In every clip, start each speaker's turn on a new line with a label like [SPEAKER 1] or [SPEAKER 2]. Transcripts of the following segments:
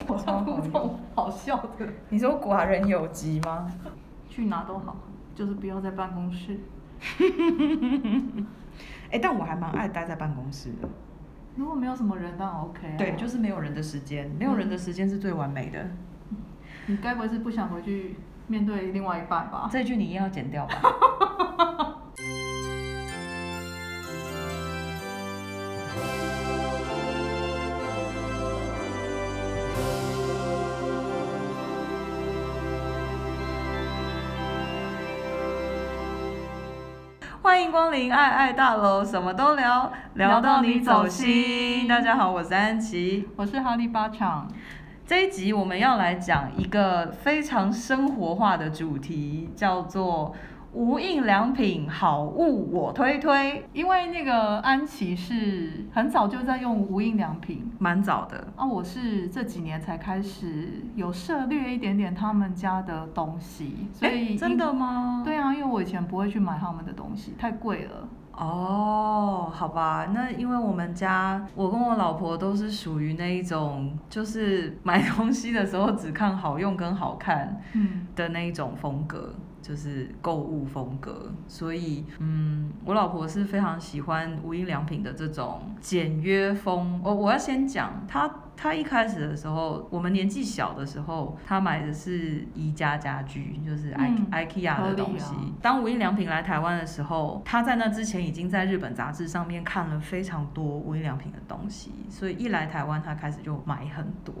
[SPEAKER 1] 超
[SPEAKER 2] 超
[SPEAKER 1] 好用
[SPEAKER 2] 出这种哦好笑的，
[SPEAKER 1] 你说寡人有疾吗？
[SPEAKER 2] 去哪都好，就是不要在办公室。
[SPEAKER 1] 哎、但我还蛮爱待在办公室的。
[SPEAKER 2] 如果没有什么人，当然 OK 啊。
[SPEAKER 1] 对，就是没有人的时间，没有人的时间是最完美的。
[SPEAKER 2] 你该不会是不想回去面对另外一半吧？
[SPEAKER 1] 这句你一定要剪掉吧？ 欢迎光临爱爱大楼，什么都聊，聊
[SPEAKER 2] 聊
[SPEAKER 1] 到
[SPEAKER 2] 到
[SPEAKER 1] 你
[SPEAKER 2] 你
[SPEAKER 1] 走
[SPEAKER 2] 走
[SPEAKER 1] 心。
[SPEAKER 2] 心
[SPEAKER 1] 大家好，我是安琪。
[SPEAKER 2] 我是哈利巴场，
[SPEAKER 1] 这一集我们要来讲一个非常生活化的主题，叫做“无印良品好物我推推
[SPEAKER 2] 因为那个安琪是很早就在用无印良品”，。
[SPEAKER 1] 蛮早的。
[SPEAKER 2] 啊，我是这几年才开始有涉略一点点他们家的东西，所以
[SPEAKER 1] 诶
[SPEAKER 2] 因
[SPEAKER 1] 真的吗？
[SPEAKER 2] 对啊，因为我以前不会去买他们的东西，太贵了。
[SPEAKER 1] 哦，好吧，那因为我们家我跟我老婆都是属于那一种，就是买东西的时候只看好用跟好看，
[SPEAKER 2] 嗯，
[SPEAKER 1] 的那一种风格，就是购物风格。所以，嗯，我老婆是非常喜欢无印良品的这种简约风。我、我要先讲，她她一开始的时候，我们年纪小的时候，她买的是宜家家具，就是
[SPEAKER 2] 嗯
[SPEAKER 1] i、IKEA 的东西
[SPEAKER 2] 合理啊。
[SPEAKER 1] 当无印良品来台湾的时候，她在那之前已经在日本杂志上面看了非常多无印良品的东西，所以一来台湾，她开始就买很 多。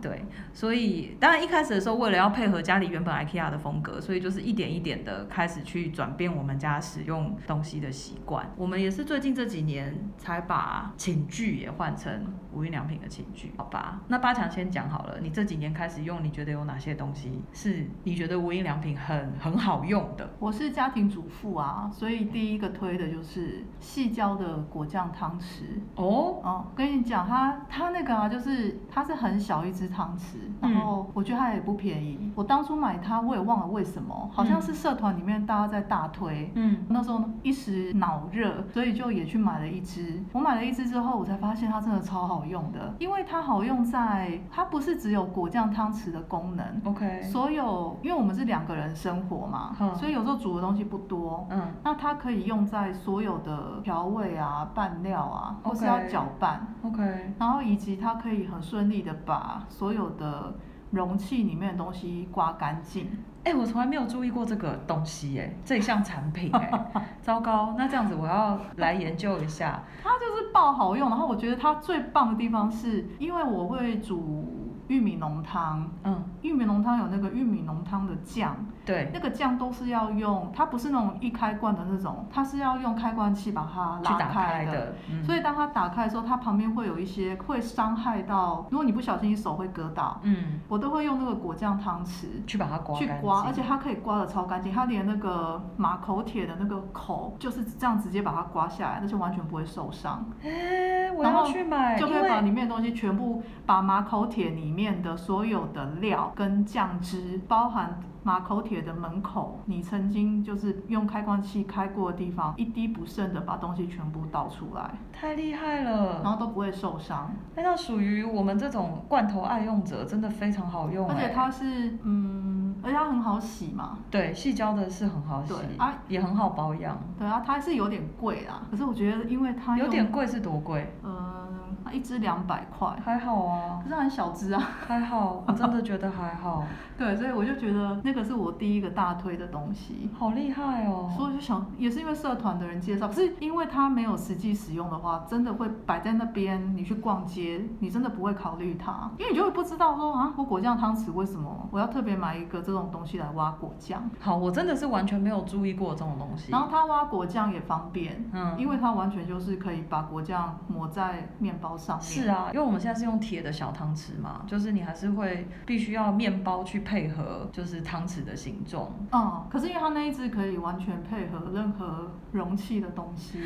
[SPEAKER 1] 对，所以当然一开始的时候，为了要配合家里原本 IKEA 的风格，所以就是一点一点的开始去转变我们家使用东西的习惯。我们也是最近这几年才把寝具也换成无印良品的寝具，好吧？那八强先讲好了，你这几年开始用，你觉得有哪些东西是你觉得无印良品很很好用的？
[SPEAKER 2] 我是家庭主妇啊，所以第一个推的就是细胶的果酱汤匙。
[SPEAKER 1] 哦，
[SPEAKER 2] 哦，跟你讲，它它那个啊，就是它是很小一只汤匙，
[SPEAKER 1] 嗯
[SPEAKER 2] 然后我觉得它也不便宜。我当初买它，我也忘了为什么，好像是社团里面大家在大推，
[SPEAKER 1] 嗯，
[SPEAKER 2] 那时候一时脑热，所以就也去买了一支。我买了一支之后，我才发现它真的超好用的，因为它好用在它不是只有果酱汤匙的功能，
[SPEAKER 1] 嗯 OK，
[SPEAKER 2] 所有因为我们是两个人生活嘛，
[SPEAKER 1] 嗯
[SPEAKER 2] 所以有时候煮的东西不多。
[SPEAKER 1] 嗯
[SPEAKER 2] 那它可以用在所有的调味啊、拌料啊，或是
[SPEAKER 1] OK
[SPEAKER 2] 要搅拌
[SPEAKER 1] ，OK，
[SPEAKER 2] 然后以及它可以很顺利的把所有的容器里面的东西刮干净。
[SPEAKER 1] 哎、我从来没有注意过这个东西、哎，这一项产品、 哎，糟糕，那这样子我要来研究一下。
[SPEAKER 2] 它就是爆好用，然后我觉得它最棒的地方是，因为我会煮玉米浓汤，
[SPEAKER 1] 嗯，
[SPEAKER 2] 玉米浓汤有那个玉米浓汤的酱，
[SPEAKER 1] 对，
[SPEAKER 2] 那个酱都是要用，它不是那种一开罐的那种，它是要用开罐器把它
[SPEAKER 1] 去
[SPEAKER 2] 拉
[SPEAKER 1] 打开
[SPEAKER 2] 的。
[SPEAKER 1] 的，嗯，
[SPEAKER 2] 所
[SPEAKER 1] 以，
[SPEAKER 2] 以当它打开的时候，它旁边会有一些会伤害到，如果你不小心你手会割到，
[SPEAKER 1] 嗯，
[SPEAKER 2] 我都会用那个果酱汤匙
[SPEAKER 1] 去把它刮
[SPEAKER 2] 去
[SPEAKER 1] 干
[SPEAKER 2] 刮，
[SPEAKER 1] 净
[SPEAKER 2] 而且它可以刮的超干净，它连那个马口铁的那个口就是这样直接把它刮下来，那就完全不会受伤。
[SPEAKER 1] 哎、我
[SPEAKER 2] 然
[SPEAKER 1] 要
[SPEAKER 2] 后
[SPEAKER 1] 去买，
[SPEAKER 2] 就
[SPEAKER 1] 因
[SPEAKER 2] 可以
[SPEAKER 1] 为
[SPEAKER 2] 把里面的东西全部把马口铁里面的所有的料跟酱汁，包含马口铁的门口，你曾经就是用开关器开过的地方，一滴不剩的把东西全部倒出来，
[SPEAKER 1] 太厉害
[SPEAKER 2] 然
[SPEAKER 1] 了。
[SPEAKER 2] 后都不会受伤。
[SPEAKER 1] 哎那属于我们这种罐头爱用者，真的非常好用、
[SPEAKER 2] 而且
[SPEAKER 1] 哎
[SPEAKER 2] 它是嗯，而且它很好洗嘛。
[SPEAKER 1] 对细胶的是很好洗
[SPEAKER 2] 对啊，
[SPEAKER 1] 也很好保养，
[SPEAKER 2] 对啊，它是有点贵啦，可是我觉得因为它
[SPEAKER 1] 有
[SPEAKER 2] 用
[SPEAKER 1] 点，贵是多贵？
[SPEAKER 2] 嗯、它一支两百块，
[SPEAKER 1] 还好啊
[SPEAKER 2] 可，是它很小支啊。
[SPEAKER 1] 还好，我真的觉得还好，
[SPEAKER 2] 对，所以我就觉得那个是我第一个大推的东西。
[SPEAKER 1] 好厉害哦。
[SPEAKER 2] 所以我就想，也是因为社团的人介绍，可是因为它没有实际使用的话，真的会摆在那边，你去逛街，你真的不会考虑它，因为你就会不知道说啊，我果酱汤匙为什么我要特别买一个这种东西来挖果酱？
[SPEAKER 1] 好，我真的是完全没有注意过这种东西。
[SPEAKER 2] 然后它挖果酱也方便，
[SPEAKER 1] 嗯
[SPEAKER 2] 因为它完全就是可以把果酱抹在面包上面。
[SPEAKER 1] 是啊，因为我们现在是用铁的小汤匙嘛，就是你还是会必须要面包去配合，就是汤匙的形状。
[SPEAKER 2] 嗯，可是因为它那一只可以完全配合任何容器的东西，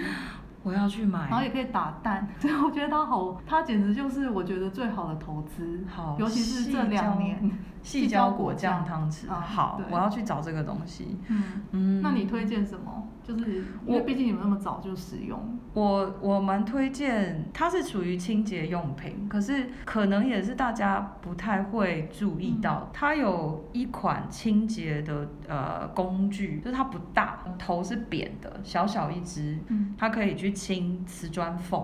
[SPEAKER 1] 我要去买
[SPEAKER 2] 然。后也可以打蛋，对，我觉得它好，它简直就是我觉得最好的投资，
[SPEAKER 1] 好
[SPEAKER 2] 尤其是
[SPEAKER 1] 细
[SPEAKER 2] 这两
[SPEAKER 1] 胶
[SPEAKER 2] 年。
[SPEAKER 1] 哦细胶果酱汤匙，
[SPEAKER 2] 啊
[SPEAKER 1] 好
[SPEAKER 2] 对，
[SPEAKER 1] 我要去找这个东西。
[SPEAKER 2] 嗯，
[SPEAKER 1] 嗯，
[SPEAKER 2] 那你推荐什么？就是因
[SPEAKER 1] 我
[SPEAKER 2] 为毕竟你们那么早就使用，
[SPEAKER 1] 我我蛮推荐，它是属于清洁用品，可是可能也是大家不太会注意到，
[SPEAKER 2] 嗯
[SPEAKER 1] 它有一款清洁的呃工具，就是它不大，头是扁的，小小一只，
[SPEAKER 2] 嗯，
[SPEAKER 1] 它可以去清瓷砖缝，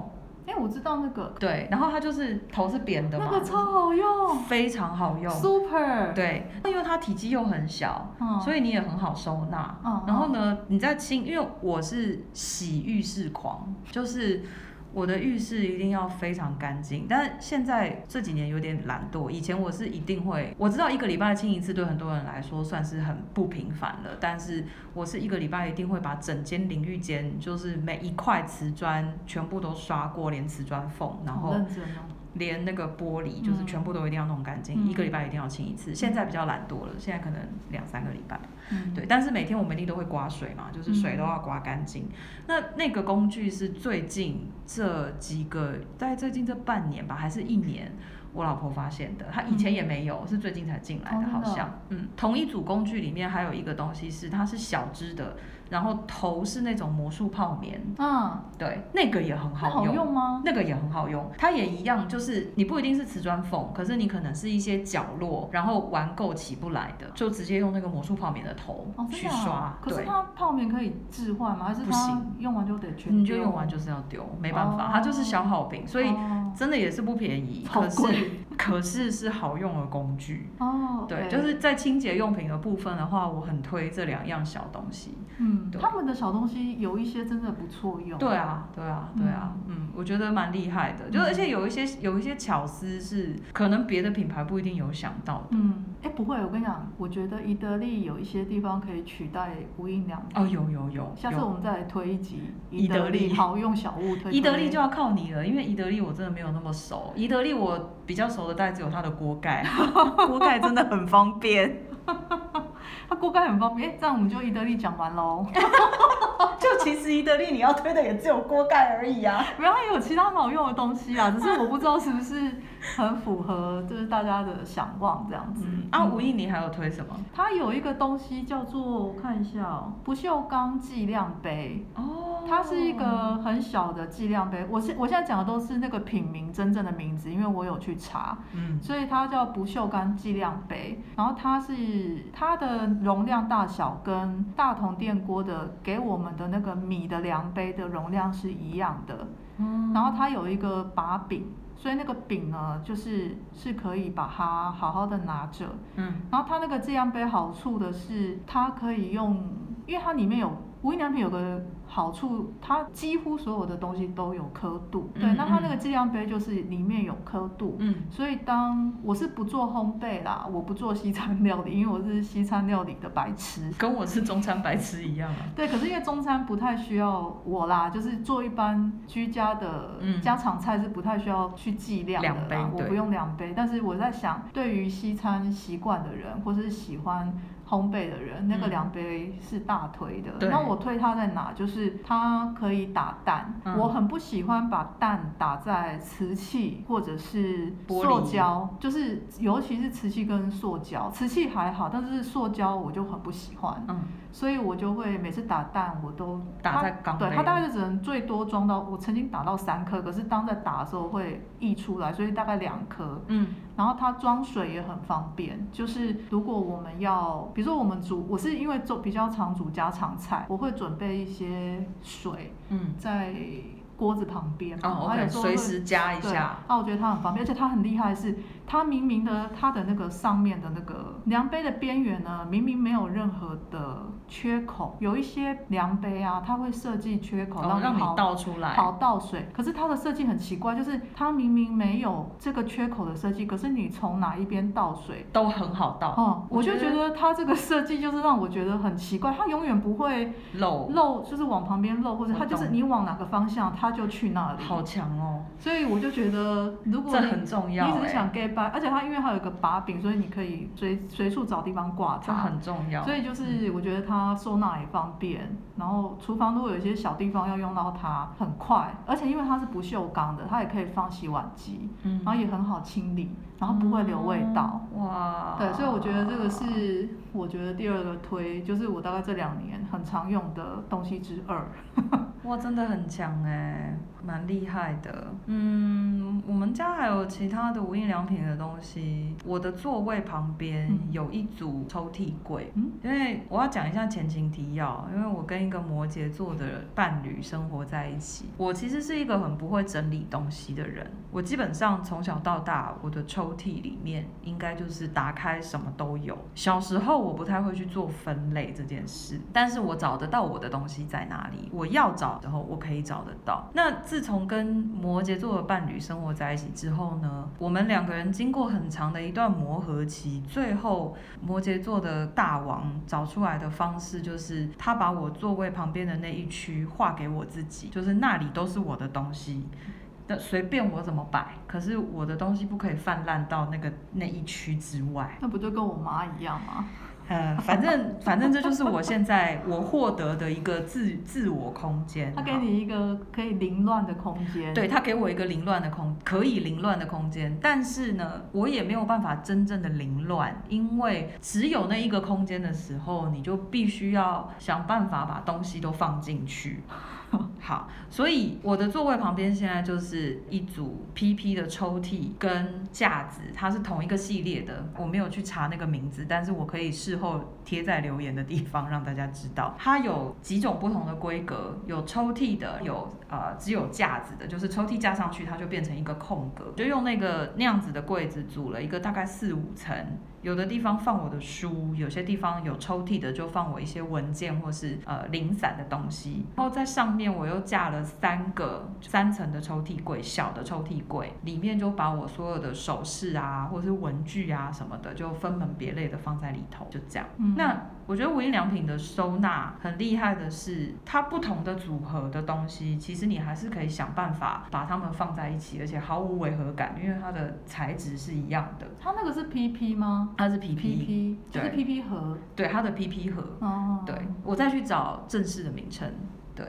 [SPEAKER 2] 哎，我知道那个，
[SPEAKER 1] 对，然后它就是头是扁的嘛，
[SPEAKER 2] 那个超好用
[SPEAKER 1] 非常好用，
[SPEAKER 2] ，super，，
[SPEAKER 1] 对，因为它体积又很小，
[SPEAKER 2] 嗯，
[SPEAKER 1] 所
[SPEAKER 2] 以，
[SPEAKER 1] 以你也很好收纳。
[SPEAKER 2] 嗯，
[SPEAKER 1] 然后呢，你在清，因为我是洗浴室狂，就是我的浴室一定要非常干净。但是现在这几年有点懒惰，以前我是一定会，我知道一个礼拜清一次对很多人来说算是很不平凡了，但是我是一个礼拜一定会把整间淋浴间，就是每一块瓷砖全部都刷过，连瓷砖缝，然
[SPEAKER 2] 好
[SPEAKER 1] 后
[SPEAKER 2] 认真哦，
[SPEAKER 1] 连那个玻璃，就是
[SPEAKER 2] 嗯
[SPEAKER 1] 全部都一定要弄干净，
[SPEAKER 2] 嗯
[SPEAKER 1] 一个礼拜一定要清一次。现在比较懒惰了，现在可能两三个礼拜。
[SPEAKER 2] 嗯，
[SPEAKER 1] 对，但是每天我们一定都会刮水嘛，就是水都要刮干净。那那个工具是最近这几个，在最近这半年吧，还是一年，我老婆发现的。她以前也没有，是最近才进来
[SPEAKER 2] 嗯哦
[SPEAKER 1] 的，
[SPEAKER 2] 真
[SPEAKER 1] 好
[SPEAKER 2] 的哦
[SPEAKER 1] 像。嗯，同一组工具里面还有一个东西是它是小只的，然后头是那种魔术泡棉，
[SPEAKER 2] 嗯，
[SPEAKER 1] 对，那个也很
[SPEAKER 2] 那好用吗？
[SPEAKER 1] 那个也很好用，它也一样，就是你不一定是瓷砖缝，可是你可能是一些角落，然后玩够起不来的，就直接用那个魔术泡棉的头
[SPEAKER 2] 哦，真
[SPEAKER 1] 去
[SPEAKER 2] 的啊
[SPEAKER 1] 刷，
[SPEAKER 2] 可是
[SPEAKER 1] 对。
[SPEAKER 2] 它泡棉可以置换吗？还是
[SPEAKER 1] 不
[SPEAKER 2] 它
[SPEAKER 1] 行
[SPEAKER 2] 用完就得全丢？
[SPEAKER 1] 你就用完就是要丢，没办法，
[SPEAKER 2] 哦
[SPEAKER 1] 它就是消耗品，所以
[SPEAKER 2] 哦
[SPEAKER 1] 真的也是不便宜，
[SPEAKER 2] 好
[SPEAKER 1] 可是
[SPEAKER 2] 贵
[SPEAKER 1] 可是是好用的工具。
[SPEAKER 2] 哦，
[SPEAKER 1] 对，
[SPEAKER 2] OK
[SPEAKER 1] 就是在清洁用品的部分的话，我很推这两样小东西。
[SPEAKER 2] 嗯，
[SPEAKER 1] 对
[SPEAKER 2] 他们的小东西有一些真的不错用。
[SPEAKER 1] 对啊，对啊，对啊，嗯，我觉得蛮厉害的，就是
[SPEAKER 2] 嗯
[SPEAKER 1] 而且有一些有一些巧思是可能别的品牌不一定有想到的。
[SPEAKER 2] 嗯，哎，不会，我跟你讲，我觉得宜得利有一些地方可以取代无印良品。
[SPEAKER 1] 哦，有有有，
[SPEAKER 2] 下次
[SPEAKER 1] 有
[SPEAKER 2] 我们再来推一集
[SPEAKER 1] 宜得利
[SPEAKER 2] 利好用小物推。
[SPEAKER 1] 宜得利就要靠你了，因为宜得利我真的没有那么熟。宜得利我比较熟的袋子有它的锅盖，锅盖真的很方便，
[SPEAKER 2] 它锅盖很方便，哎，这样我们就宜得利讲完 喽。
[SPEAKER 1] 哦就其实宜得利你要推的也只有锅盖而已啊。
[SPEAKER 2] 没有，它也有其他好用的东西啊，只是我不知道是不是很符合 就是大家的想望这样子。
[SPEAKER 1] 嗯，啊，无印你还有推什么？
[SPEAKER 2] 它有一个东西叫做，我看一下哦，不锈钢计量杯，
[SPEAKER 1] 哦
[SPEAKER 2] 它是一个很小的计量杯。我现我现在讲的都是那个品名真正的名字，因为我有去查，
[SPEAKER 1] 嗯
[SPEAKER 2] 所以它叫不锈钢计量杯。然后它是它的容量大小跟大同电锅的给我们的那个米的量杯的容量是一样的，
[SPEAKER 1] 嗯
[SPEAKER 2] 然后它有一个把柄。所以那个柄呢，就是是可以把它好好的拿着，
[SPEAKER 1] 嗯
[SPEAKER 2] 然后它那个这样杯好处的是，它可以用，因为它里面有无印良品有个好处，它几乎所有的东西都有刻度。
[SPEAKER 1] 嗯
[SPEAKER 2] 对，那它那个
[SPEAKER 1] 嗯
[SPEAKER 2] 计量杯就是里面有刻度。
[SPEAKER 1] 嗯
[SPEAKER 2] 所以当我是不做烘焙啦，我不做西餐料理，因为我是西餐料理的白痴。
[SPEAKER 1] 跟我是中餐白痴一样啊。
[SPEAKER 2] 对，可是因为中餐不太需要我啦，就是做一般居家的
[SPEAKER 1] 嗯
[SPEAKER 2] 家常菜是不太需要去计量的
[SPEAKER 1] 量杯
[SPEAKER 2] 啦，我
[SPEAKER 1] 对
[SPEAKER 2] 不用量杯。但是我在想，对于西餐习惯的人，或是喜欢烘焙的人，那个
[SPEAKER 1] 嗯
[SPEAKER 2] 量杯是大推的。
[SPEAKER 1] 对
[SPEAKER 2] 那我推它在哪？就是它可以打蛋，
[SPEAKER 1] 嗯
[SPEAKER 2] 我很不喜欢把蛋打在瓷器或者是
[SPEAKER 1] 玻
[SPEAKER 2] 塑
[SPEAKER 1] 璃
[SPEAKER 2] 胶，就是尤其是瓷器跟塑胶，瓷器还好，但是塑胶我就很不喜欢。
[SPEAKER 1] 嗯，
[SPEAKER 2] 所以我就会每次打蛋，我都
[SPEAKER 1] 打在
[SPEAKER 2] 它
[SPEAKER 1] 缸
[SPEAKER 2] 对
[SPEAKER 1] 内
[SPEAKER 2] 它大概就只能最多装到，我曾经打到三颗，可是当在打的时候会溢出来，所以大概两颗。
[SPEAKER 1] 嗯
[SPEAKER 2] 然后它装水也很方便，就是如果我们要，比如说我们煮，我是因为做比较常煮家常菜，我会准备一些水
[SPEAKER 1] 嗯，
[SPEAKER 2] 在锅子旁边
[SPEAKER 1] 哦
[SPEAKER 2] 嘛，然后
[SPEAKER 1] ，OK，
[SPEAKER 2] 有时候
[SPEAKER 1] 随
[SPEAKER 2] 会
[SPEAKER 1] 时加一
[SPEAKER 2] 对
[SPEAKER 1] 下。
[SPEAKER 2] 啊，我觉得它很方便，而且它很厉害的是，它明明的它的那个上面的那个量杯的边缘呢，明明没有任何的缺口，有一些量杯啊，它会设计缺口、
[SPEAKER 1] 哦，让
[SPEAKER 2] 你
[SPEAKER 1] 你
[SPEAKER 2] 好。
[SPEAKER 1] 倒出来，
[SPEAKER 2] 好倒水，可是它的设计很奇怪，就是它明明没有这个缺口的设计，可是你从哪一边倒水，
[SPEAKER 1] 都很好倒。
[SPEAKER 2] 哦，我就觉得它这个设计就是让我觉得很奇怪，它永远不会
[SPEAKER 1] 漏
[SPEAKER 2] 漏，就是往旁边漏，或者
[SPEAKER 1] 我
[SPEAKER 2] 它就是
[SPEAKER 1] 懂
[SPEAKER 2] 你往哪个方向，它就去哪里。
[SPEAKER 1] 好强哦，
[SPEAKER 2] 所以我就觉得，如果
[SPEAKER 1] 这
[SPEAKER 2] 你
[SPEAKER 1] 很重
[SPEAKER 2] 你
[SPEAKER 1] 要
[SPEAKER 2] 只是
[SPEAKER 1] 欸
[SPEAKER 2] 想 get 把，而且它因为它有一个把柄，所以你可以随随处找地方挂
[SPEAKER 1] 这
[SPEAKER 2] 它。
[SPEAKER 1] 很嗯重要。
[SPEAKER 2] 所以就是我觉得它收纳也方便，然后厨房如果有一些小地方要用到它，很快，而且因为它是不锈钢的，它也可以放洗碗机，
[SPEAKER 1] 嗯
[SPEAKER 2] 然后也很好清理，然后不会留味道。
[SPEAKER 1] 嗯哇，
[SPEAKER 2] 对，所以我觉得这个是我觉得第二个推，就是我大概这两年很常用的东西之二。
[SPEAKER 1] 哇，真的很强哎、蛮厉害的。嗯，我们家还有其他的无印良品的东西。我的座位旁边
[SPEAKER 2] 嗯
[SPEAKER 1] 有一组抽屉柜，
[SPEAKER 2] 嗯
[SPEAKER 1] 因为我要讲一下前情提要，因为我跟一个摩羯座的伴侣生活在一起，我其实是一个很不会整理东西的人。我基本上从小到大，我的抽屉里面应该就是打开什么都有。小时候我不太会去做分类这件事，但是我找得到我的东西在哪里，我要找的时候我可以找得到。那自从跟摩羯座的伴侣生活在一起之后呢，我们两个人经过很长的一段磨合期，最后摩羯座的大王找出来的方式就是，他把我座位旁边的那一区划给我自己，就是那里都是我的东西，那随便我怎么摆，可是我的东西不可以泛滥到那个那一区之 外。
[SPEAKER 2] 那不就跟我妈一样吗？
[SPEAKER 1] 呃，反正反正这就是我现在我获得的一个自自我空间。
[SPEAKER 2] 她给你一个可以凌乱的空间。
[SPEAKER 1] 对他给我一个凌乱的空，可以凌乱的空间，但是呢，我也没有办法真正的凌乱，因为只有那一个空间的时候，你就必须要想办法把东西都放进去。 好，所以我的座位旁边现在就是一组 PP 的抽屉跟架子，它是同一个系列的。我没有去查那个名字，但是我可以事后贴在留言的地方让大家知道。它有几种不同的规格，有抽屉的，有呃只有架子的，就是抽屉架上去它就变成一个空格，就用那个那样子的柜子组了一个大概四五层。有的地方放我的书，有些地方有抽屉的就放我一些文件或是呃零散的东西。然后在上面我又架了三个三层的抽屉柜，小的抽屉柜里面就把我所有的首饰啊，或是文具啊什么的，就分门别类的放在里头，就这样。
[SPEAKER 2] 嗯
[SPEAKER 1] 那我觉得无印良品的收纳很厉害的是，它不同的组合的东西，其实你还是可以想办法把它们放在一起，而且毫无违和感，因为它的材质是一样的。
[SPEAKER 2] 它那个是 PP 吗
[SPEAKER 1] 它是 PP，,
[SPEAKER 2] ？PP 就是 PP 盒。
[SPEAKER 1] 对它的 PP 盒，
[SPEAKER 2] 哦。
[SPEAKER 1] 对我再去找正式的名称。对，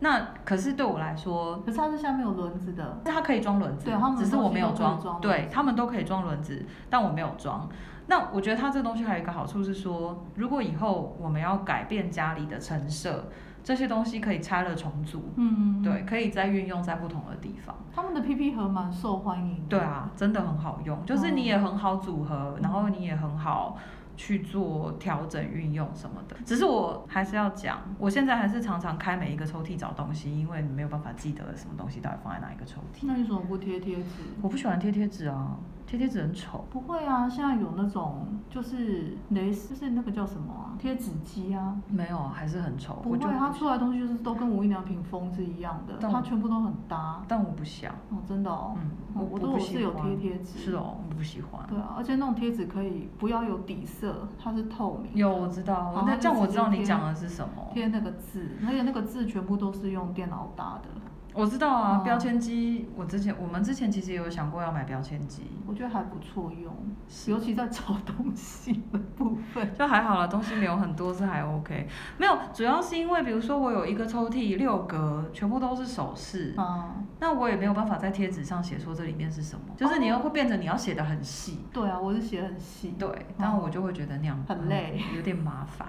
[SPEAKER 1] 那可是对我来说，
[SPEAKER 2] 可是它是下面有轮子的。
[SPEAKER 1] 它可以装轮子，
[SPEAKER 2] 对它们
[SPEAKER 1] 只是
[SPEAKER 2] 东
[SPEAKER 1] 我
[SPEAKER 2] 西
[SPEAKER 1] 没
[SPEAKER 2] 都
[SPEAKER 1] 有
[SPEAKER 2] 可以
[SPEAKER 1] 装，
[SPEAKER 2] 装轮
[SPEAKER 1] 对他们都可以装轮子，但我没有装。那我觉得它这个东西还有一个好处是说，如果以后我们要改变家里的陈设，这些东西可以拆了重组，
[SPEAKER 2] 嗯。
[SPEAKER 1] 对，。可以再运用在不同的地方。
[SPEAKER 2] 他们的 PP 盒蛮受欢迎的。
[SPEAKER 1] 对。啊，真的很好用，就是
[SPEAKER 2] 哦
[SPEAKER 1] 你也很好组合，
[SPEAKER 2] 嗯
[SPEAKER 1] 然后你也很好去做调整、运用什么的。只是我还是要讲，我现在还是常常开每一个抽屉找东西，因为你没有办法记得什么东西到底放在哪一个抽屉。
[SPEAKER 2] 那你怎么不贴贴纸？
[SPEAKER 1] 我不喜欢贴贴纸啊，贴贴纸很丑。
[SPEAKER 2] 不会啊，现在有那种就是蕾丝，就是那个叫什么啊？贴纸机啊。
[SPEAKER 1] 没有，还是很丑。
[SPEAKER 2] 不
[SPEAKER 1] 我
[SPEAKER 2] 会，啊
[SPEAKER 1] 就不
[SPEAKER 2] 它出来的东西就是都跟无印良品风是一样的，
[SPEAKER 1] 但
[SPEAKER 2] 它全部都很搭。
[SPEAKER 1] 但我不想，
[SPEAKER 2] 哦，真的哦。
[SPEAKER 1] 嗯，
[SPEAKER 2] 哦
[SPEAKER 1] 我
[SPEAKER 2] 我都
[SPEAKER 1] 不
[SPEAKER 2] 有
[SPEAKER 1] 喜
[SPEAKER 2] 是有
[SPEAKER 1] 欢
[SPEAKER 2] 贴贴纸。
[SPEAKER 1] 是。哦，我不喜欢。
[SPEAKER 2] 对啊，而且那种贴纸可以不要有底色，它是透明。
[SPEAKER 1] 有，我知道
[SPEAKER 2] 然，后
[SPEAKER 1] 那
[SPEAKER 2] 它
[SPEAKER 1] 这
[SPEAKER 2] 就
[SPEAKER 1] 样我
[SPEAKER 2] 直
[SPEAKER 1] 知
[SPEAKER 2] 接
[SPEAKER 1] 道你
[SPEAKER 2] 贴
[SPEAKER 1] 讲的是什么。
[SPEAKER 2] 贴那个字，而且那个字全部都是用电脑打的，
[SPEAKER 1] 我知道啊，
[SPEAKER 2] 嗯
[SPEAKER 1] 标签机，我之前我们之前其实也有想过要买标签机，
[SPEAKER 2] 我觉得还不错用，
[SPEAKER 1] 是
[SPEAKER 2] 尤其在找东西的部分。
[SPEAKER 1] 就还好了，东西没有很多是还 OK，没有，主要是因为比如说我有一个抽屉六格全部都是首饰，
[SPEAKER 2] 啊，
[SPEAKER 1] 那我也没有办法在贴纸上写说这里面是什么，
[SPEAKER 2] 哦
[SPEAKER 1] 就是你又会变成你要写的很细，
[SPEAKER 2] 对啊，我是写很细。
[SPEAKER 1] 对，然后我就会觉得那样
[SPEAKER 2] 哦很累，
[SPEAKER 1] 嗯有点麻 烦，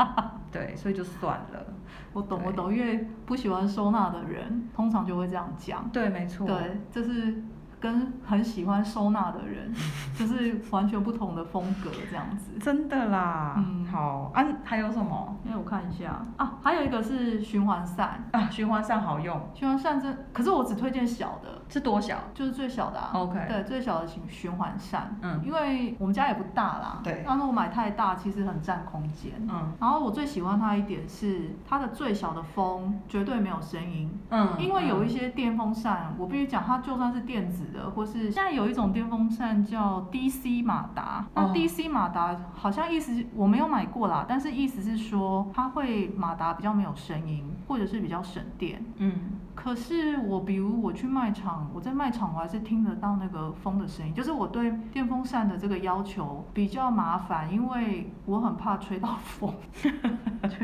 [SPEAKER 1] 对，所以就算了，
[SPEAKER 2] 我懂
[SPEAKER 1] 对
[SPEAKER 2] 我懂，因为不喜欢收纳的人，通常就会这样讲。
[SPEAKER 1] 对，没错，
[SPEAKER 2] 对，这是跟很喜欢收纳的 人，就是完全不同的风格这样子。
[SPEAKER 1] 真的啦，
[SPEAKER 2] 嗯
[SPEAKER 1] 好啊，还有什么
[SPEAKER 2] 因为我看一下啊，还有一个是循环扇，
[SPEAKER 1] 啊？循环扇好用，
[SPEAKER 2] 循环扇这可是我只推荐小的，
[SPEAKER 1] 是多小？
[SPEAKER 2] 就是最小的啊
[SPEAKER 1] OK
[SPEAKER 2] 对，最小的循循环扇，
[SPEAKER 1] 嗯
[SPEAKER 2] 因为我们家也不大啦，
[SPEAKER 1] 对
[SPEAKER 2] 那如果买太大，其实很占空间。
[SPEAKER 1] 嗯
[SPEAKER 2] 然后我最喜欢它一点是它的最小的风绝对没有声音，
[SPEAKER 1] 嗯，
[SPEAKER 2] 因为有一
[SPEAKER 1] 些
[SPEAKER 2] 些电风扇，我必须讲它就算是电子的，或是现在有一种电风扇叫 DC 马达，那
[SPEAKER 1] 哦
[SPEAKER 2] DC 马达好像意思是我没有买过啦，但是意思是说它会马达比较没有声音，或者是比较省电。
[SPEAKER 1] 嗯
[SPEAKER 2] 可是我比如我去卖场，我在卖场我还是听得到那个风的声音，就是我对电风扇的这个要求比较麻烦，因为我很怕吹到 风，所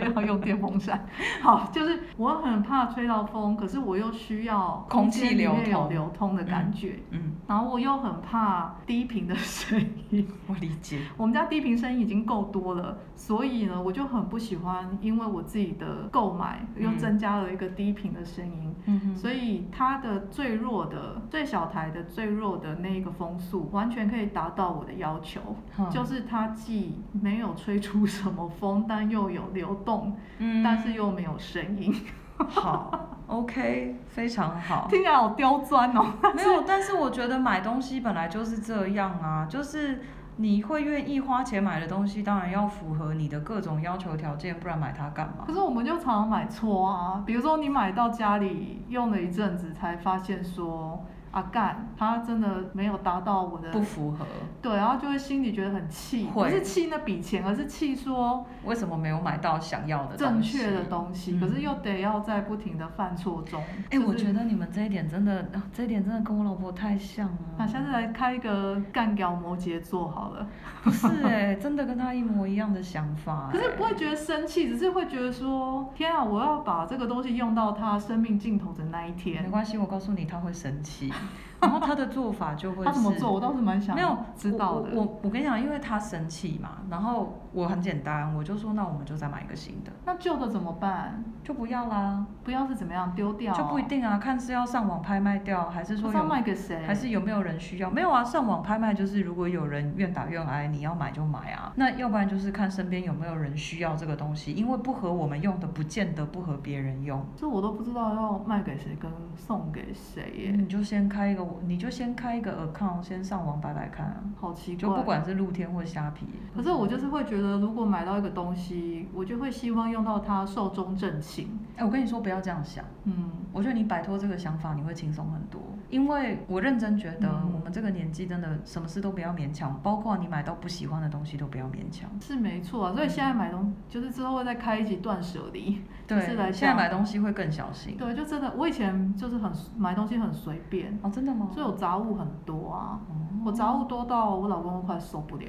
[SPEAKER 2] 以要用电风扇。好，就是我很怕吹到风，可是我又需要
[SPEAKER 1] 空气
[SPEAKER 2] 间里
[SPEAKER 1] 流
[SPEAKER 2] 面有
[SPEAKER 1] 通
[SPEAKER 2] 流通的感觉，
[SPEAKER 1] 嗯，
[SPEAKER 2] 然后我又很怕低频的声音。
[SPEAKER 1] 我理解。
[SPEAKER 2] 我们家低频声音已经够多了，所以呢，我就很不喜欢，因为我自己的购买又
[SPEAKER 1] 嗯
[SPEAKER 2] 增加了一个低频的声音，
[SPEAKER 1] 嗯哼
[SPEAKER 2] 所以它的最弱的、最小台的、最弱的那一个风速，完全可以达到我的要求，
[SPEAKER 1] 嗯
[SPEAKER 2] 就是它既没有吹出什么风，但又有流动，
[SPEAKER 1] 嗯
[SPEAKER 2] 但是又没有声音，
[SPEAKER 1] 好，OK，非常好。
[SPEAKER 2] 听起来好刁钻 哦。
[SPEAKER 1] 没有，但是我觉得买东西本来就是这样啊，就是你会愿意花钱买的东西，当然要符合你的各种要求条件，不然买它干嘛
[SPEAKER 2] 可？是我们就常常买错啊，比如说你买到家里用了一阵子，才发现说啊干，它真的没有达到我的
[SPEAKER 1] 不，符合，
[SPEAKER 2] 对，然后就会心里觉得很气，
[SPEAKER 1] 会
[SPEAKER 2] 不是气那笔钱，而是气说
[SPEAKER 1] 为什么没有买到想要的
[SPEAKER 2] 正
[SPEAKER 1] 东西
[SPEAKER 2] 确的东西，
[SPEAKER 1] 嗯
[SPEAKER 2] 可是又得要在不停的犯错中。
[SPEAKER 1] 哎、我觉
[SPEAKER 2] 得。
[SPEAKER 1] 得你们这一点真的，啊这一点真的跟我老婆太像了。
[SPEAKER 2] 那啊下次来开一个干掉摩羯座好了，
[SPEAKER 1] 不是哎、真的跟她一模一样的想法、
[SPEAKER 2] 可是
[SPEAKER 1] 哎
[SPEAKER 2] 不会觉得生气，只是会觉得说，天啊，我要把这个东西用到它生命尽头的那一
[SPEAKER 1] 哎没
[SPEAKER 2] 天。
[SPEAKER 1] 关系，我告诉你，她会生气。然后她的做法就 会是
[SPEAKER 2] 他怎么做？我倒是蛮想
[SPEAKER 1] 没有
[SPEAKER 2] 知道的。
[SPEAKER 1] 我我我跟你讲，因为她生气嘛，然后我很简单，我就说那我们就再买一个新的，
[SPEAKER 2] 那旧的怎么办？
[SPEAKER 1] 就不要啦，
[SPEAKER 2] 不要是怎么样丢掉？
[SPEAKER 1] 就不一。定啊，看是要上网拍卖掉，还是
[SPEAKER 2] 不
[SPEAKER 1] 说
[SPEAKER 2] 知道
[SPEAKER 1] 有
[SPEAKER 2] 卖给谁？
[SPEAKER 1] 还是有没有人需要？没有啊，上网拍卖就是如果有人愿打愿挨，你要买就买啊。那要不然就是看身边有没有人需要这个东西，因为不合我们用的，不见得不合别人用。
[SPEAKER 2] 这我都不知道要卖给谁跟送给谁耶，
[SPEAKER 1] 你就先开一个，你就先开一个 account，先上网摆摆看啊。
[SPEAKER 2] 好奇怪。
[SPEAKER 1] 就不。管是露天或虾皮，嗯
[SPEAKER 2] 可是我就是会觉得，如果买到一个东西，我就会希望用到它寿终正寝。
[SPEAKER 1] 哎、我跟你说不要这样想。
[SPEAKER 2] 嗯，
[SPEAKER 1] 我觉得你摆脱这个想法，你会轻松很多。因为我认真觉得，
[SPEAKER 2] 嗯
[SPEAKER 1] 我们这个年纪真的什么事都不要勉强，包括你买到不喜欢的东西都不要勉强。
[SPEAKER 2] 是没错啊。所以现在买东，就是之后会再开一集断舍离，
[SPEAKER 1] 对，
[SPEAKER 2] 就是来
[SPEAKER 1] 现在
[SPEAKER 2] 讲
[SPEAKER 1] 买东西会更小心。
[SPEAKER 2] 对，就真的，我以前就是很买东西很随便，
[SPEAKER 1] 哦，真的吗？
[SPEAKER 2] 所以我杂物很多啊。
[SPEAKER 1] 哦
[SPEAKER 2] 我杂物多到我老公都快受不了。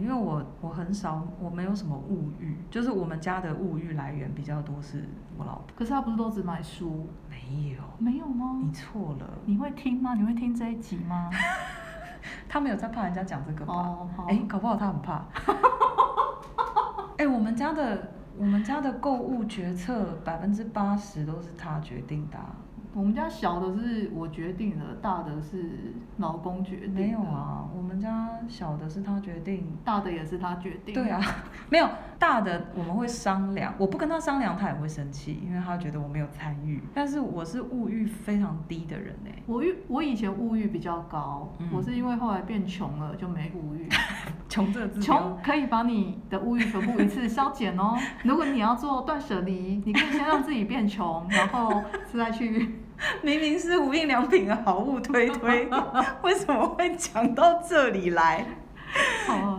[SPEAKER 1] 因为我我很少，我没有什么物欲，就是我们家的物欲来源比较多是我老婆。
[SPEAKER 2] 可是他不是都只买书？
[SPEAKER 1] 没有，
[SPEAKER 2] 没有吗？
[SPEAKER 1] 你错了，
[SPEAKER 2] 你会听吗？你会听这一集 吗？
[SPEAKER 1] 他没有在怕人家讲这个吧？
[SPEAKER 2] 哦，好。
[SPEAKER 1] 哎、搞不好他很 怕。哎、我们家的我们家的购物决策百分之八十都是他决定的啊、
[SPEAKER 2] 我们家小的是我决定的，大的是老公决定的。
[SPEAKER 1] 没有，啊，我们家小的是他决定。
[SPEAKER 2] 大的也是他决定。
[SPEAKER 1] 对，啊， 没有大的我们会商量，我不跟他商量，他也会生气，因为他觉得我没有参与。但是我是物欲非常低的人哎、
[SPEAKER 2] 我欲我以前物欲比较高，
[SPEAKER 1] 嗯
[SPEAKER 2] 我是因为后来变穷了就没物 欲。
[SPEAKER 1] 穷这个字不要
[SPEAKER 2] 穷可以把你的物欲全部一次消减 哦。如果你要做断舍离，你可以先让自己变穷，然后再去。
[SPEAKER 1] 明明是无印良品的好物推 推，为什么会讲到这里来？
[SPEAKER 2] 哦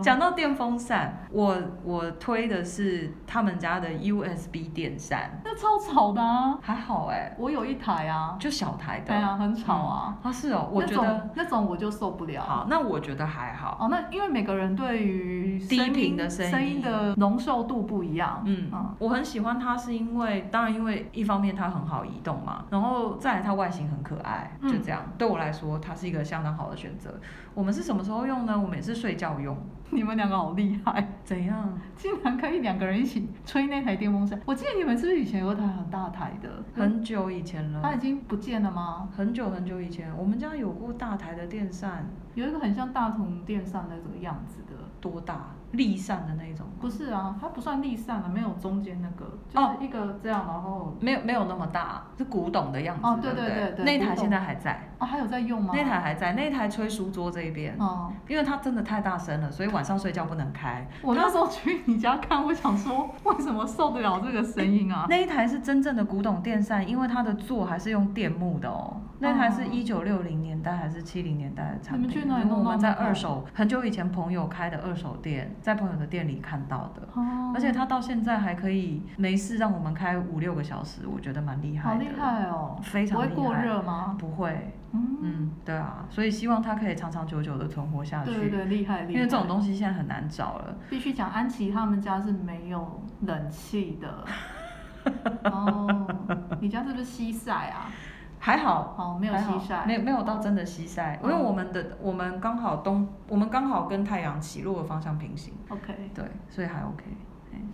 [SPEAKER 1] 讲到电风扇，我我推的是他们家的 USB 电扇，
[SPEAKER 2] 那超吵的啊！
[SPEAKER 1] 还好哎、
[SPEAKER 2] 我有一台啊，
[SPEAKER 1] 就小台的。
[SPEAKER 2] 对啊，很吵啊。
[SPEAKER 1] 啊是哦，我觉得
[SPEAKER 2] 那种那种我就受不了。
[SPEAKER 1] 好，那我觉得还好。
[SPEAKER 2] 哦，那因为每个人对于
[SPEAKER 1] 低
[SPEAKER 2] 声音
[SPEAKER 1] 频的声音
[SPEAKER 2] 声音的浓瘦度不一样，
[SPEAKER 1] 嗯，
[SPEAKER 2] 啊
[SPEAKER 1] 我很喜欢它，是因为当然因为一方面它很好移动嘛，然后再来它外形很可爱，就
[SPEAKER 2] 嗯
[SPEAKER 1] 这样。对我来说，它是一个相当好的选择。我们是什么时候用呢？我们也是睡觉用。
[SPEAKER 2] 你们两个好厉害，
[SPEAKER 1] 怎样？
[SPEAKER 2] 竟然可以两个人一起吹那台电风扇。我记得你们是不是以前有一台很大台的？
[SPEAKER 1] 很久以前了。
[SPEAKER 2] 它已经不见了吗？
[SPEAKER 1] 很久很久以前，我们家有过大台的电扇，
[SPEAKER 2] 有一个很像大同电扇那种样子的，
[SPEAKER 1] 多大？立扇的那一种吗？
[SPEAKER 2] 不是啊，它不算立扇的，没有中间那个，
[SPEAKER 1] 哦
[SPEAKER 2] 就是一个这样，然后
[SPEAKER 1] 没有没有那么大，是古董的样子，
[SPEAKER 2] 哦
[SPEAKER 1] 对
[SPEAKER 2] 对
[SPEAKER 1] 不
[SPEAKER 2] 对对对
[SPEAKER 1] 那一
[SPEAKER 2] 古
[SPEAKER 1] 台
[SPEAKER 2] 董
[SPEAKER 1] 现在还在，
[SPEAKER 2] 啊还有在用吗？
[SPEAKER 1] 那一台还在，那一台吹书桌这一边，
[SPEAKER 2] 哦，
[SPEAKER 1] 因为它真的太大声了，所以晚晚上睡觉不能开。
[SPEAKER 2] 我那时候去你家看，我想说为什么受得了这个声音啊？
[SPEAKER 1] 那一台是真正的古董电扇，因为它的座还是用电木的哦。那台是
[SPEAKER 2] 哦
[SPEAKER 1] 一九六零年代还是七零年代的产
[SPEAKER 2] 你
[SPEAKER 1] 品？
[SPEAKER 2] 们去哪里弄
[SPEAKER 1] 我们
[SPEAKER 2] 到
[SPEAKER 1] 在
[SPEAKER 2] 那个
[SPEAKER 1] 二手很久以前朋友开的二手店，在朋友的店里看到的。
[SPEAKER 2] 哦
[SPEAKER 1] 而且它到现在还可以没事让我们开五六个小时，我觉得蛮厉害
[SPEAKER 2] 好
[SPEAKER 1] 的。
[SPEAKER 2] 厉害哦，
[SPEAKER 1] 非常
[SPEAKER 2] 不
[SPEAKER 1] 厉
[SPEAKER 2] 会
[SPEAKER 1] 害
[SPEAKER 2] 过热吗？
[SPEAKER 1] 不会，
[SPEAKER 2] 嗯，
[SPEAKER 1] 嗯，对啊，所以希望它可以长长久久的存活下去。
[SPEAKER 2] 对对对，厉害厉害。
[SPEAKER 1] 因为这种东西现在很难找了。
[SPEAKER 2] 必须讲，安琪他们家是没有冷气 的。哦，你家是不是西晒啊？
[SPEAKER 1] 还好，
[SPEAKER 2] 哦，没有
[SPEAKER 1] 还
[SPEAKER 2] 西
[SPEAKER 1] 好
[SPEAKER 2] 晒，
[SPEAKER 1] 没没有到真的西晒，因为
[SPEAKER 2] 嗯
[SPEAKER 1] 我们的我们刚好东，我们刚好跟太阳起落的方向平行，
[SPEAKER 2] OK，
[SPEAKER 1] 对，所以还 OK。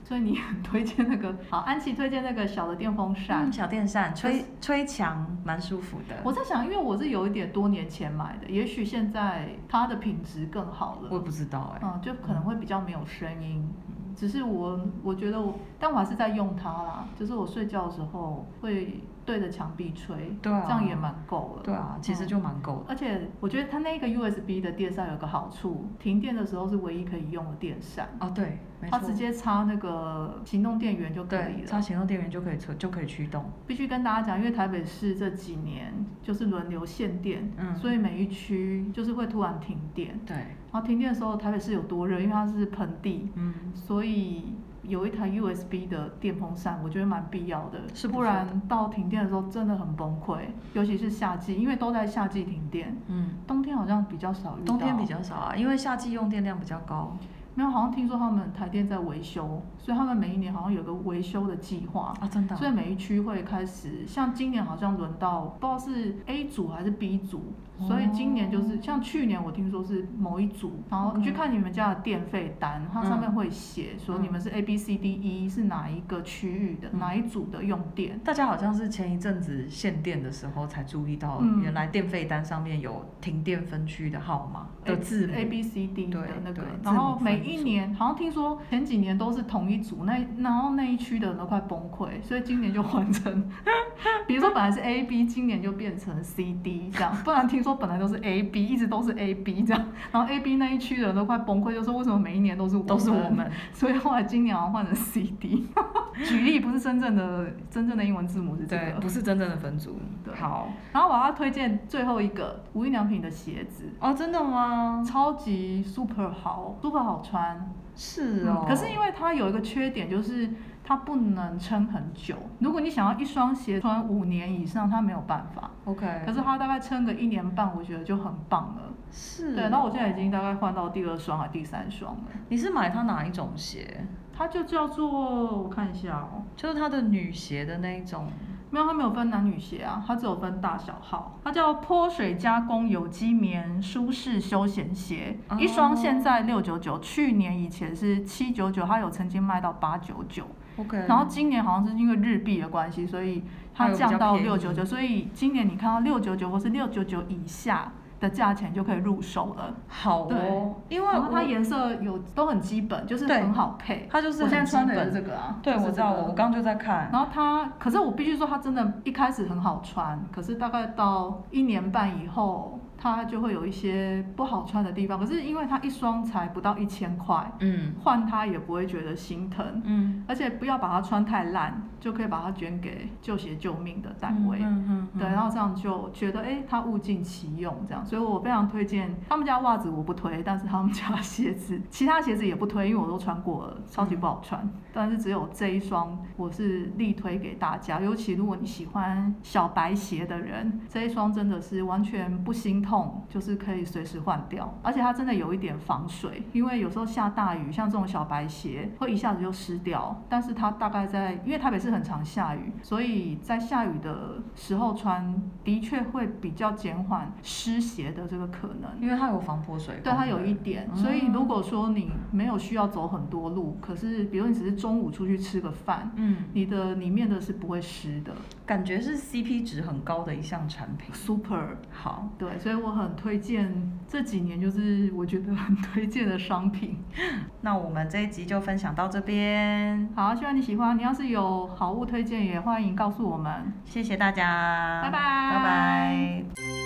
[SPEAKER 2] 所以你很推荐那个，好，安琪推荐那个小的电风扇。
[SPEAKER 1] 嗯，小电扇
[SPEAKER 2] 啊可是
[SPEAKER 1] 吹吹墙蛮舒服的，
[SPEAKER 2] 我在想，因为我是有一点多年前买的，也许现在它的品质更好了。
[SPEAKER 1] 我嗯也不知道哎、
[SPEAKER 2] 嗯，就可能会比较没有声音。只是我我觉得我，但我还是在用它啦。就是我睡觉的时候会对着墙壁吹，
[SPEAKER 1] 对啊
[SPEAKER 2] 这样也蛮够了。
[SPEAKER 1] 对啊，其实
[SPEAKER 2] 嗯
[SPEAKER 1] 就蛮够的。
[SPEAKER 2] 而且我觉得它那个 USB 的电扇有个好处，停电的时候是唯一可以用的电扇，
[SPEAKER 1] 哦，对，没
[SPEAKER 2] 它
[SPEAKER 1] 错，
[SPEAKER 2] 直接插那个行动电源就可以
[SPEAKER 1] 对，
[SPEAKER 2] 了
[SPEAKER 1] 插。行动电源就可以吹，就可以驱动。
[SPEAKER 2] 必须跟大家讲，因为台北市这几年就是轮流限电，
[SPEAKER 1] 嗯
[SPEAKER 2] 所以每一区就是会突然停电。
[SPEAKER 1] 对，
[SPEAKER 2] 然后停电的时候，台北市有多热，因为它是盆地，
[SPEAKER 1] 嗯，
[SPEAKER 2] 所以有一台 USB 的电风扇，我觉得蛮必要的，
[SPEAKER 1] 是不
[SPEAKER 2] 不
[SPEAKER 1] 错的
[SPEAKER 2] 然到停电的时候真的很崩溃，尤其是夏季，因为都在夏季停电，
[SPEAKER 1] 嗯，
[SPEAKER 2] 冬天好像比较少遇到。
[SPEAKER 1] 冬天比较少啊，因为夏季用电量比较高。
[SPEAKER 2] 没有，好像听说他们台电在维修，所以他们每一年好像有个维修的计划。
[SPEAKER 1] 啊，真的、
[SPEAKER 2] 所以每一区会开始，像今年好像轮到不知道是 A 组还是 B 组，
[SPEAKER 1] 哦
[SPEAKER 2] 所以今年就是像去年我听说是某一组，然后你去
[SPEAKER 1] OK
[SPEAKER 2] 看你们家的电费单，它上面
[SPEAKER 1] 嗯
[SPEAKER 2] 会写说
[SPEAKER 1] 嗯
[SPEAKER 2] 你们是 A B C D E 是哪一个区域的、
[SPEAKER 1] 嗯
[SPEAKER 2] 哪一组的用电，
[SPEAKER 1] 大家好像是前一阵子限电的时候才注意到，
[SPEAKER 2] 嗯
[SPEAKER 1] 原来电费单上面有停电分区的号码的字母。
[SPEAKER 2] A B C D 的
[SPEAKER 1] 对
[SPEAKER 2] 那个
[SPEAKER 1] 对，
[SPEAKER 2] 然后
[SPEAKER 1] 字母分
[SPEAKER 2] 每一年好像听说前几年都是同一组，那然后那一区的人都快崩溃，所以今年就换成， 比如说本来是 A B，今年就变成 C D 这样，不然听说本来都是 A B，一直都是 A B 这样，然后 A B 那一区的人都快崩溃，就说为什么每一年都是我
[SPEAKER 1] 都是我们，
[SPEAKER 2] 所以后来今年好像换成 C D，举 例不是真正的真正的英文字母是这
[SPEAKER 1] 对，
[SPEAKER 2] 个
[SPEAKER 1] 不。是真正的分组
[SPEAKER 2] 对。
[SPEAKER 1] 好
[SPEAKER 2] 然后我要推荐最后一个无印良品的鞋子，
[SPEAKER 1] 哦，真的吗？
[SPEAKER 2] 超级 super 好，super 好穿，
[SPEAKER 1] 是
[SPEAKER 2] 嗯
[SPEAKER 1] 哦。
[SPEAKER 2] 可是因为它有一个缺点，就是它不能撑很久。如果你想要一双鞋穿五年以上，它没有办法。
[SPEAKER 1] OK，
[SPEAKER 2] 可是它大概撑个一年半，我觉得就很棒了。
[SPEAKER 1] 是哦
[SPEAKER 2] 对，那我现在已经大概换到第二双啊，第三双了。
[SPEAKER 1] 你是买它哪一种鞋？
[SPEAKER 2] 它就叫做我看一下哦，
[SPEAKER 1] 就是它的女鞋的那一种。
[SPEAKER 2] 没有，它没有分男女鞋啊，它只有分大小号。它叫泼水加工有机棉舒适休闲鞋，
[SPEAKER 1] 哦
[SPEAKER 2] 一双现在六九九，去年以前是七九九，它有曾经卖到八九九。
[SPEAKER 1] OK，
[SPEAKER 2] 然后今年好像是因为日币的关系，所以它降到
[SPEAKER 1] 还有
[SPEAKER 2] 六
[SPEAKER 1] 比较
[SPEAKER 2] 九
[SPEAKER 1] 便
[SPEAKER 2] 九，所以今年你看到六九九或是六九九以下的价钱就可以入手了。
[SPEAKER 1] 好哦，因为
[SPEAKER 2] 然后
[SPEAKER 1] 我
[SPEAKER 2] 它颜色有都很基本，就是
[SPEAKER 1] 对
[SPEAKER 2] 很好配。
[SPEAKER 1] 它就是
[SPEAKER 2] 我现在
[SPEAKER 1] 很基
[SPEAKER 2] 穿的也
[SPEAKER 1] 本
[SPEAKER 2] 是这个啊，
[SPEAKER 1] 对
[SPEAKER 2] 就是
[SPEAKER 1] 我知
[SPEAKER 2] 这
[SPEAKER 1] 道，
[SPEAKER 2] 个
[SPEAKER 1] 我我刚就在看。
[SPEAKER 2] 然后它，可是我必须说，它真的一开始很好穿，可是大概到一年半以后，它就会有一些不好穿的地方。可是因为它一双才不到一千块，
[SPEAKER 1] 嗯
[SPEAKER 2] 换它也不会觉得心疼。
[SPEAKER 1] 嗯，
[SPEAKER 2] 而且不要把它穿太烂，就可以把它捐给救鞋救命的单位。
[SPEAKER 1] 嗯嗯嗯，
[SPEAKER 2] 对，然后这样就觉得，哎、它物尽其用这样，所以我非常推荐他们家袜子我不推，但是他们家鞋子，其他鞋子也不推，因为我都穿过了，超级不好穿。但是只有这一双，我是力推给大家，尤其如果你喜欢小白鞋的人，这一双真的是完全不心痛，就是可以随时换掉，而且它真的有一点防水，因为有时候下大雨，像这种小白鞋会一下子就湿掉，但是它大概在，因为台北市很常下雨，所以在下雨的时候穿，的确会比较减缓湿鞋的这个可能。
[SPEAKER 1] 因为它有防泼水功能，
[SPEAKER 2] 对它有一点，所以如果说你没有需要走很多路，可是比如你只是中午出去吃个饭，
[SPEAKER 1] 嗯，
[SPEAKER 2] 你的里面的是不会湿的
[SPEAKER 1] 感觉是 CP 值很高的一项产品。
[SPEAKER 2] ，super。
[SPEAKER 1] 好，
[SPEAKER 2] 对，所以我很推荐这几年就是我觉得很推荐的商品。
[SPEAKER 1] 那我们这一集就分享到这边，
[SPEAKER 2] 好，希望你喜欢。你要是有好物推荐，也欢迎告诉我们。
[SPEAKER 1] 谢谢大家，
[SPEAKER 2] 拜拜
[SPEAKER 1] 拜拜。